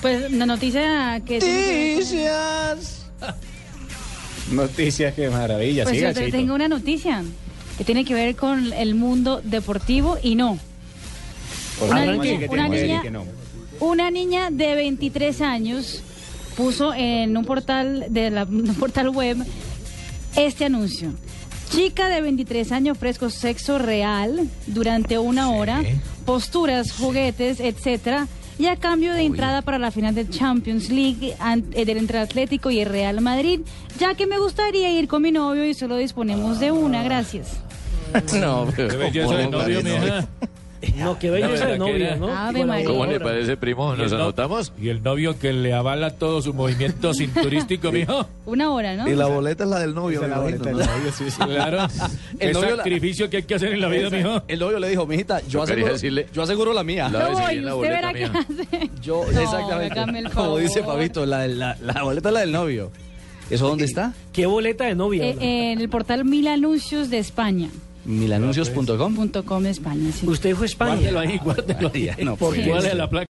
Pues una noticia que... Pues Noticias. Noticias, qué maravilla. Siga, pues, yo te- Cheito. tengo una noticia que tiene que ver con el mundo deportivo y no. Por una- favor, así una que tengo que niña- decir que no. Una niña de 23 años puso en un portal de la un portal web este anuncio. Chica de 23 años ofrezco sexo real durante una hora, posturas, juguetes, etcétera, y a cambio de entrada para la final del Champions League an- eh, del entre Atlético y el Real Madrid, ya que me gustaría ir con mi novio y solo disponemos de una, gracias. No, pero Qué belleza de ¿cómo, novio, María? mija. No, qué belleza de La verdad novia, que ¿no? era. Ave Colaboradora. María. ¿Cómo le parece, primo? ¿Nos no- anotamos? Y el novio que le avala todo su movimiento cinturístico, mijo. Una hora, ¿no? Y la boleta es la del novio. Esa es la me imagino, boleta ¿no? del novio, sí, sí. Claro. El el novio la- sacrificio que hay que hacer en la vida, mijo. El novio le dijo, mijita, yo Tocaría aseguro, decirle- yo aseguro la mía. La- Yo vez que voy, vi la usted verá qué boleta hace. Yo, No, hágame exactamente. el Como dice favor. Fabito, la, la, la boleta es la del novio. ¿Eso dónde está? Qué boleta de novia. Eh, Blanca. eh, en el portal Mil Anuncios de España. Milanuncios.com. .com España, sí. Usted dijo España. Guárdelo ahí, guárdelo ahí. No, Porque pues. vale la placa.